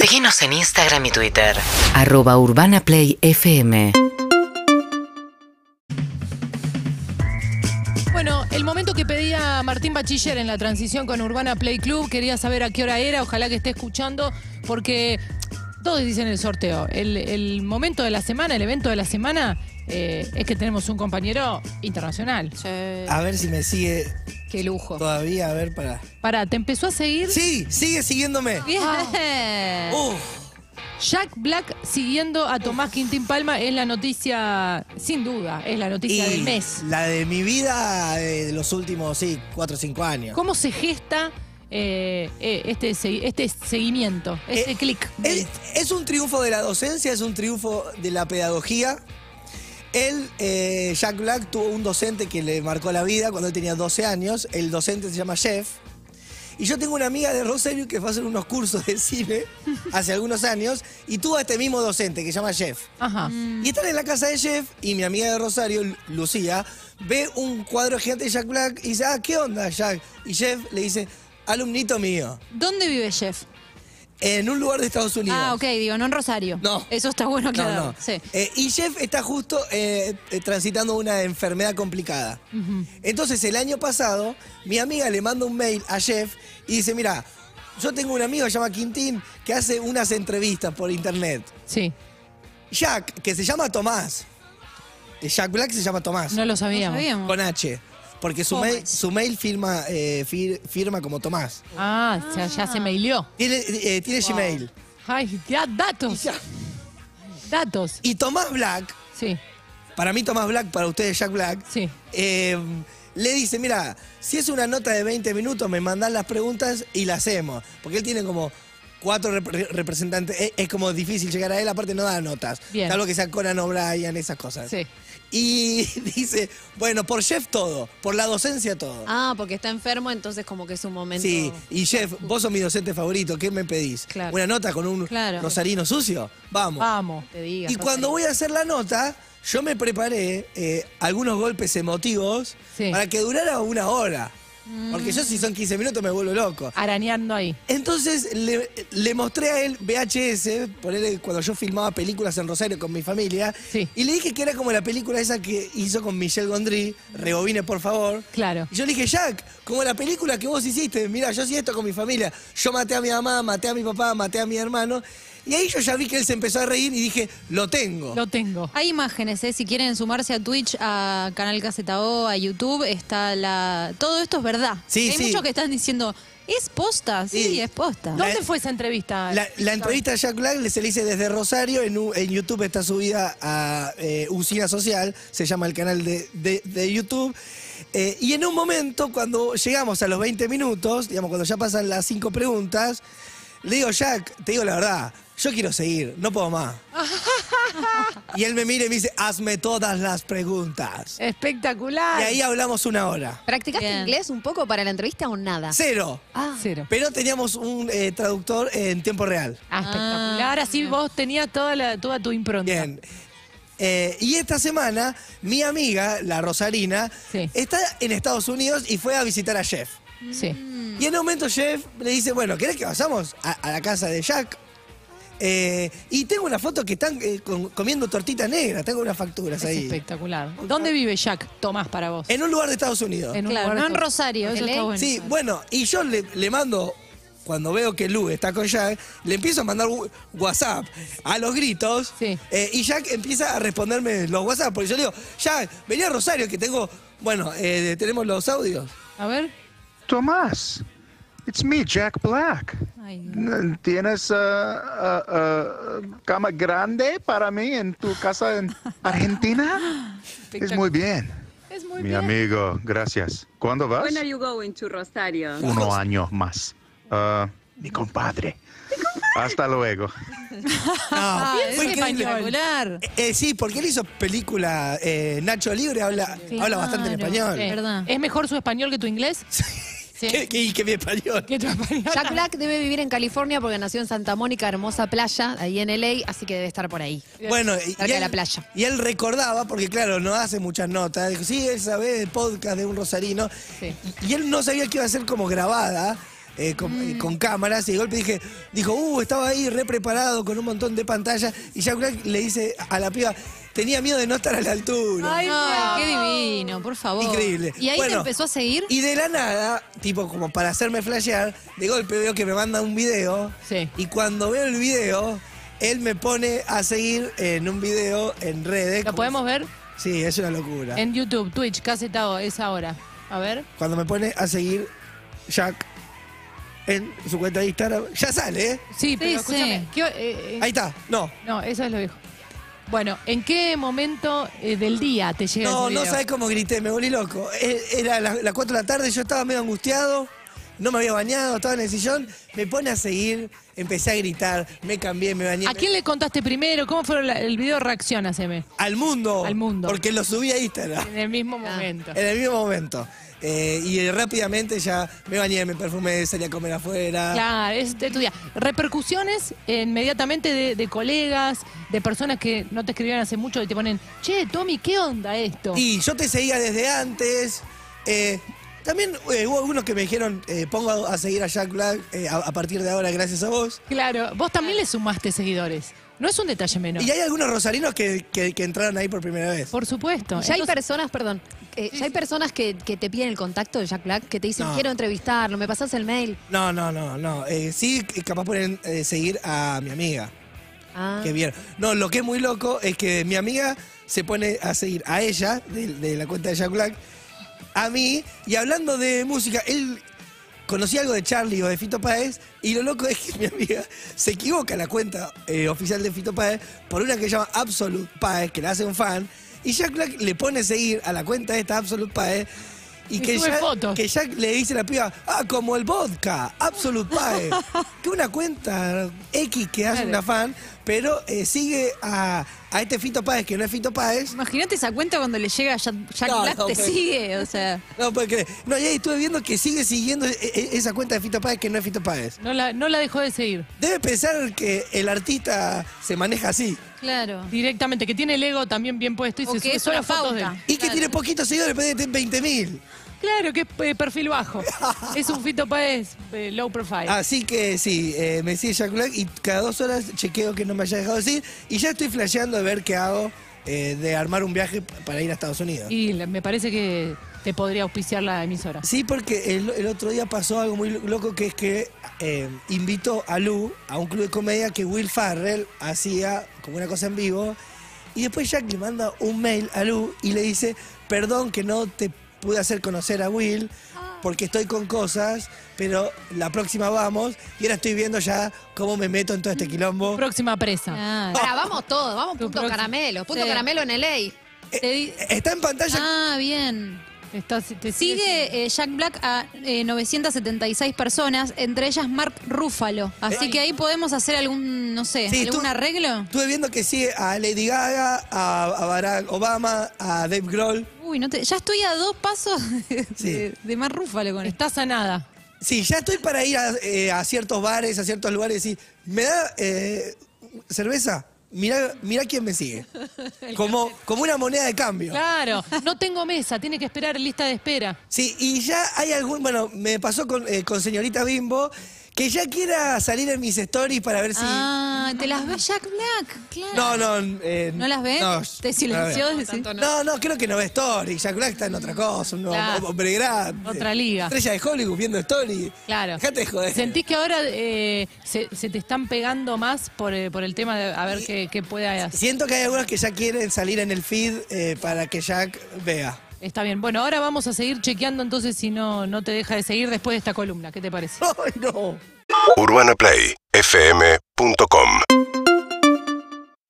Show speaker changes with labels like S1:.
S1: Seguinos en Instagram y Twitter.
S2: Arroba Urbana Play FM.
S3: Bueno, el momento que pedía Martín Bachiller en la transición con Urbana Play Club, quería saber a qué hora era, ojalá que esté escuchando, porque todos dicen el sorteo. El, el momento de la semana, el evento de la semana, eh, es que tenemos un compañero internacional.
S4: A ver si me sigue
S3: Qué lujo.
S4: todavía, a ver para.
S3: Pará, ¿te empezó a seguir?
S4: Sí, Ah. sigue siguiéndome.
S5: Bien.
S4: Uf,
S3: Jack Black siguiendo a Tomás Quintín Palma es la noticia, sin duda, es la noticia
S4: y
S3: del mes.
S4: La de mi vida eh, de los últimos, sí, cuatro o cinco años.
S3: ¿Cómo se gesta eh, eh, este, segui- este seguimiento, este
S4: Eh,
S3: clic?
S4: Es, es un triunfo de la docencia, es un triunfo de la pedagogía. Él, eh, Jack Black, tuvo un docente que le marcó la vida cuando él tenía 12 años. El docente se llama Jeff. Y yo tengo una amiga de Rosario que fue a hacer unos cursos de cine hace algunos años y tuvo a este mismo docente que se llama Jeff.
S3: Ajá.
S5: Mm,
S4: Y están en la casa de Jeff y mi amiga de Rosario, Lu- Lucía, ve un cuadro gigante de Jack Black y dice, ah, ¿qué onda, Jack? Y Jeff le dice, alumnito mío,
S5: ¿Dónde vive Jeff?
S4: en un lugar de Estados Unidos.
S5: Ah, ok, digo, no en Rosario.
S4: No.
S5: Eso está bueno,
S4: No,
S5: claro.
S4: no.
S5: Sí.
S4: Eh, y Jeff está justo eh, eh, transitando una enfermedad complicada. Entonces, el año pasado, mi amiga le manda un mail a Jeff y dice, mira, yo tengo un amigo que se llama Quintín que hace unas entrevistas por internet.
S3: Sí,
S4: Jack, que se llama Tomás. Eh, Jack Black se llama Tomás.
S3: no lo
S5: No
S3: sabíamos.
S5: sabíamos.
S4: Con H. Porque su
S5: Tomás.
S4: mail, su mail firma, eh, fir- firma como Tomás.
S3: Ah, o sea, ya se me hilió.
S4: Tiene, eh, tiene Gmail.
S3: Ay, ya, datos. Datos.
S4: Y Tomás Black,
S3: Sí,
S4: para mí Tomás Black, para ustedes Jack Black,
S3: sí.
S4: eh, le dice, mira, si es una nota de 20 minutos, me mandan las preguntas y las hacemos. Porque él tiene como cuatro rep- representantes. e-, Es, es como difícil llegar a él, aparte no da notas.
S3: Bien.
S4: Salvo que sea Conan O'Brien, esas cosas.
S3: Sí.
S4: Y dice, bueno, por Jeff todo, por la docencia todo.
S5: Ah, porque está enfermo, entonces como que es un momento.
S4: Sí, y Jeff, vos sos mi docente favorito, ¿qué me pedís?
S5: Claro.
S4: ¿Una nota con un
S5: Claro. Ah,
S4: rosarino sucio? Vamos.
S3: Vamos.
S5: Te diga.
S4: y cuando voy a hacer la nota, yo me preparé eh, algunos golpes emotivos
S3: Sí.
S4: para que durara una hora.
S5: Mm.
S4: Porque yo si son 15 minutos me vuelvo loco.
S3: Arañando ahí.
S4: Entonces le, le mostré a él VHS, ponele cuando yo filmaba películas en Rosario con mi familia,
S3: Sí.
S4: y le dije que era como la película esa que hizo con Michelle Gondry, Rebobine por favor.
S3: Claro.
S4: Y yo le dije, Jack, como la película que vos hiciste, mira, yo hacía esto con mi familia, yo maté a mi mamá, maté a mi papá, maté a mi hermano, y ahí yo ya vi que él se empezó a reír y dije, lo tengo.
S3: Lo tengo.
S5: Hay imágenes, ¿eh? si quieren sumarse a Twitch, a Canal Casetao, a YouTube, está la. Todo esto es verdad.
S4: Sí,
S5: Hay
S4: sí.
S5: muchos que están diciendo, es posta, sí,
S4: Sí.
S5: es posta.
S4: No.
S3: ¿Dónde fue esa entrevista?
S4: La, la entrevista a Jack Black le- se le hice desde Rosario, en, U- en YouTube está subida a eh, Usina Social, se llama el canal de, de- de YouTube. Eh, y en un momento, cuando llegamos a los 20 minutos, digamos, cuando ya pasan las cinco preguntas, le digo, Jack, te digo la verdad, yo quiero seguir, no puedo más. y él me mira y me dice, hazme todas las preguntas.
S3: Espectacular.
S4: Y ahí hablamos una hora.
S6: ¿Practicaste
S5: Bien.
S6: inglés un poco para la entrevista o nada?
S4: Cero.
S6: Ah,
S3: Cero.
S4: Pero teníamos un eh, traductor en tiempo real.
S3: Ah, espectacular. Así vos tenías toda, la, toda tu impronta.
S4: Bien. Eh, y esta semana, mi amiga, la Rosarina,
S3: Sí.
S4: está en Estados Unidos y fue a visitar a Jeff.
S5: Mm,
S3: Sí.
S4: Y en un momento Jeff le dice, bueno, ¿querés que vayamos a, a la casa de Jack? Eh, y tengo una foto que están eh, com- comiendo tortita negra, tengo unas facturas
S3: Es
S4: ahí.
S3: espectacular. ¿Dónde vive Jack Tomás para vos?
S4: En un lugar de Estados Unidos.
S3: En un
S5: Claro,
S3: lugar
S5: no
S3: de
S5: en
S3: todo.
S5: Rosario, eso
S6: ¿En
S5: está
S6: ley?
S5: bueno.
S4: Sí, bueno, y yo le, le mando, cuando veo que Lu está con Jack, le empiezo a mandar wa- WhatsApp a los gritos.
S3: Sí.
S4: eh, y Jack empieza a responderme los WhatsApp, porque yo le digo, Jack, vení a Rosario, que tengo, bueno, eh, tenemos los audios.
S3: A ver.
S7: Tomás, it's me, Jack Black.
S5: Ay, Dios.
S7: ¿Tienes ah, ah, ah, cama grande para mí en tu casa en Argentina? Es muy bien.
S3: Es muy
S7: Mi
S3: bien.
S7: amigo, gracias. ¿Cuándo vas?
S8: When are you going to Rosario?
S7: Uno año más. Ah, mi compadre. Hasta luego.
S4: No,
S5: Ah, es
S4: fue increíble.
S5: espectacular.
S4: Eh, sí, porque él hizo película eh, Nacho Libre, habla, habla bastante en
S5: Claro,
S4: español.
S5: sí. Verdad.
S3: ¿Es mejor su español que tu inglés? Sí.
S4: Que, que- que mi español.
S3: ¿Qué tu español?
S6: Jack Black debe vivir en California porque nació en Santa Mónica, hermosa playa, ahí en LA, así que debe estar por ahí.
S4: Bueno, y,
S6: Cerca
S4: y
S6: de
S4: él,
S6: la playa.
S4: y él recordaba, porque claro, no hace muchas notas, dijo, sí, él sabe el podcast de un rosarino,
S3: Sí.
S4: y, y él no sabía que iba a ser como grabada, eh, con,
S6: Mm.
S4: eh, con cámaras y de golpe dije, dijo, uh, estaba ahí re preparado con un montón de pantallas y Jack Black le dice a la piba, tenía miedo de no estar a la altura.
S5: Ay, qué divino, por favor.
S4: Increíble.
S5: Y ahí te
S4: Bueno,
S5: empezó a seguir.
S4: Y de la nada, tipo como para hacerme flashear, de golpe veo que me manda un video.
S3: Sí.
S4: Y cuando veo el video, él me pone a seguir en un video en redes.
S3: Lo
S4: como-
S3: podemos ver
S4: Sí, es una locura.
S3: en YouTube, Twitch, Casetao, es ahora. A ver.
S4: Cuando me pone a seguir Jack en su cuenta de Instagram, ya sale, ¿eh?
S3: Sí, pero
S5: sí.
S3: escúchame. ¿qué- eh, eh,
S4: Ahí está, no.
S3: no, eso es lo viejo. Bueno, ¿en qué momento eh, del día te llega
S4: No,
S3: ese
S4: no
S3: video?
S4: sabes cómo grité, me volví loco. Eh, Era las las 4 de la tarde, yo estaba medio angustiado, no me había bañado, estaba en el sillón, me pone a seguir, empecé a gritar, me cambié, me bañé.
S3: ¿A quién le contaste primero? ¿Cómo fue la- el video reacción, haceme?
S4: Al mundo.
S3: Al mundo.
S4: Porque lo subí a Instagram.
S3: En el mismo momento.
S4: En el mismo momento. Eh, y eh, rápidamente ya me bañé, me perfumé, salí a comer afuera.
S3: Claro, es de tu día. Repercusiones eh, inmediatamente de, de colegas, de personas que no te escribieron hace mucho y te ponen, che, Tommy, ¿qué onda esto?
S4: Y yo te seguía desde antes. eh, también eh, hubo algunos que me dijeron, eh, pongo a, a seguir a Jack Black eh, a, a partir de ahora gracias a vos.
S3: Claro, vos también le sumaste seguidores. No es un detalle menor.
S4: Y hay algunos rosarinos que, que- que entraron ahí por primera vez.
S3: Por supuesto.
S6: Ya hay
S3: Entonces,
S6: personas, perdón, eh, ya hay personas que, que te piden el contacto de Jack Black, que te dicen,
S4: No.
S6: quiero entrevistarlo, me pasas el mail.
S4: No, no, no, no. Eh, sí, capaz pueden eh, seguir a mi amiga.
S6: Ah.
S4: Qué bien. No, lo que es muy loco es que mi amiga se pone a seguir a ella, de, de la cuenta de Jack Black, a mí, y hablando de música, él conocía algo de Charlie o de Fito Páez, y lo loco es que mi amiga se equivoca en la cuenta eh, oficial de Fito Páez por una que se llama Absolute Páez, que la hace un fan, y Jack Black le pone seguir a la cuenta de esta Absolute Páez. Y,
S3: Y
S4: que,
S3: sube
S4: Jack,
S3: fotos.
S4: que Jack le dice a la piba, ah, como el vodka, Absolute Páez. que una cuenta X que hace
S3: Claro.
S4: una fan, pero eh, sigue a, a este Fito Páez, que no es Fito Páez.
S5: Imagínate esa cuenta cuando le llega Jack, Jack
S4: No,
S5: Black,
S4: no,
S5: te
S4: pero-
S5: sigue, o sea.
S4: No, porque no, y ahí estuve viendo que sigue siguiendo e- e- esa cuenta de Fito Páez que no es Fito Páez.
S3: no, la, no la dejó de seguir
S4: Debe pensar que el artista se maneja así.
S5: Claro.
S3: directamente, que tiene el ego también bien puesto y
S5: O
S3: se
S5: que
S3: sube
S5: es
S3: solo
S5: una
S3: fotos de
S5: pauta.
S3: él.
S4: Y que tiene poquitos seguidores, pero debe tener 20 mil.
S3: Claro, que es eh, perfil bajo. es un Fito Paez eh, low profile.
S4: Así que Ah, sí, eh, me sigue Jack Black y cada dos horas chequeo que no me haya dejado decir. Y ya estoy flasheando de ver qué hago eh, de armar un viaje p- para ir a Estados Unidos.
S3: Y la- me parece que te podría auspiciar la emisora.
S4: Sí, porque el, el otro día pasó algo muy lo- loco que es que eh, invitó a Lu a un club de comedia que Will Farrell hacía como una cosa en vivo. Y después Jack le manda un mail a Lu y le dice, perdón que no te pude hacer conocer a Will porque estoy con cosas, pero la próxima vamos y ahora estoy viendo ya cómo me meto en todo este quilombo.
S3: Próxima presa.
S5: Ah,
S6: Pará, vamos todos, vamos punto
S3: próximo-
S6: caramelo, punto
S5: Sí.
S6: caramelo en LA.
S5: te di-
S4: Está en pantalla
S5: ah, bien.
S3: Estás- te
S5: Sigue eh, Jack Black a eh, 976 personas, entre ellas Mark Ruffalo. Así que ahí podemos hacer algún, no sé,
S4: Sí,
S5: algún
S4: tú-
S6: Ah.
S5: arreglo.
S4: Estuve viendo que sigue a Lady Gaga, a, a Barack Obama, a Dave Grohl.
S5: Uy, no te, ya estoy a dos pasos de,
S4: Sí.
S5: de- de Mark Ruffalo con esto.
S3: Está sanada.
S4: Sí, ya estoy para ir a, eh, a ciertos bares, a ciertos lugares y decir, ¿me da eh, cerveza? Mirá, mirá quién me sigue. Como, como una moneda de cambio.
S3: Claro, no tengo mesa, tiene que esperar lista de espera.
S4: Sí, y ya hay algún, bueno, me pasó con, eh, con señorita Bimbo, que ya quiera salir en mis stories para ver si...
S5: Ah, te las ve Jack Black, claro.
S4: No, no. eh,
S5: ¿No las ve?
S4: no,
S5: ¿Te silenció?
S4: no las
S5: Sí.
S4: veo. No, no, creo que no ve stories. Jack Black está en otra cosa, un nuevo
S3: Claro.
S4: hombre grande.
S3: Otra liga.
S4: Estrella de Hollywood viendo stories.
S3: Claro.
S4: Dejate de joder.
S3: ¿Sentís que ahora eh, se, se te están pegando más por, eh, por el tema de a ver qué, qué puede hacer?
S4: Siento que hay algunos que ya quieren salir en el feed eh, para que Jack vea.
S3: Está bien. Bueno, ahora vamos a seguir chequeando entonces si no, no te deja de seguir después de esta columna. ¿Qué te parece?
S4: ¡Ay, no!
S9: UrbanaPlayFM.com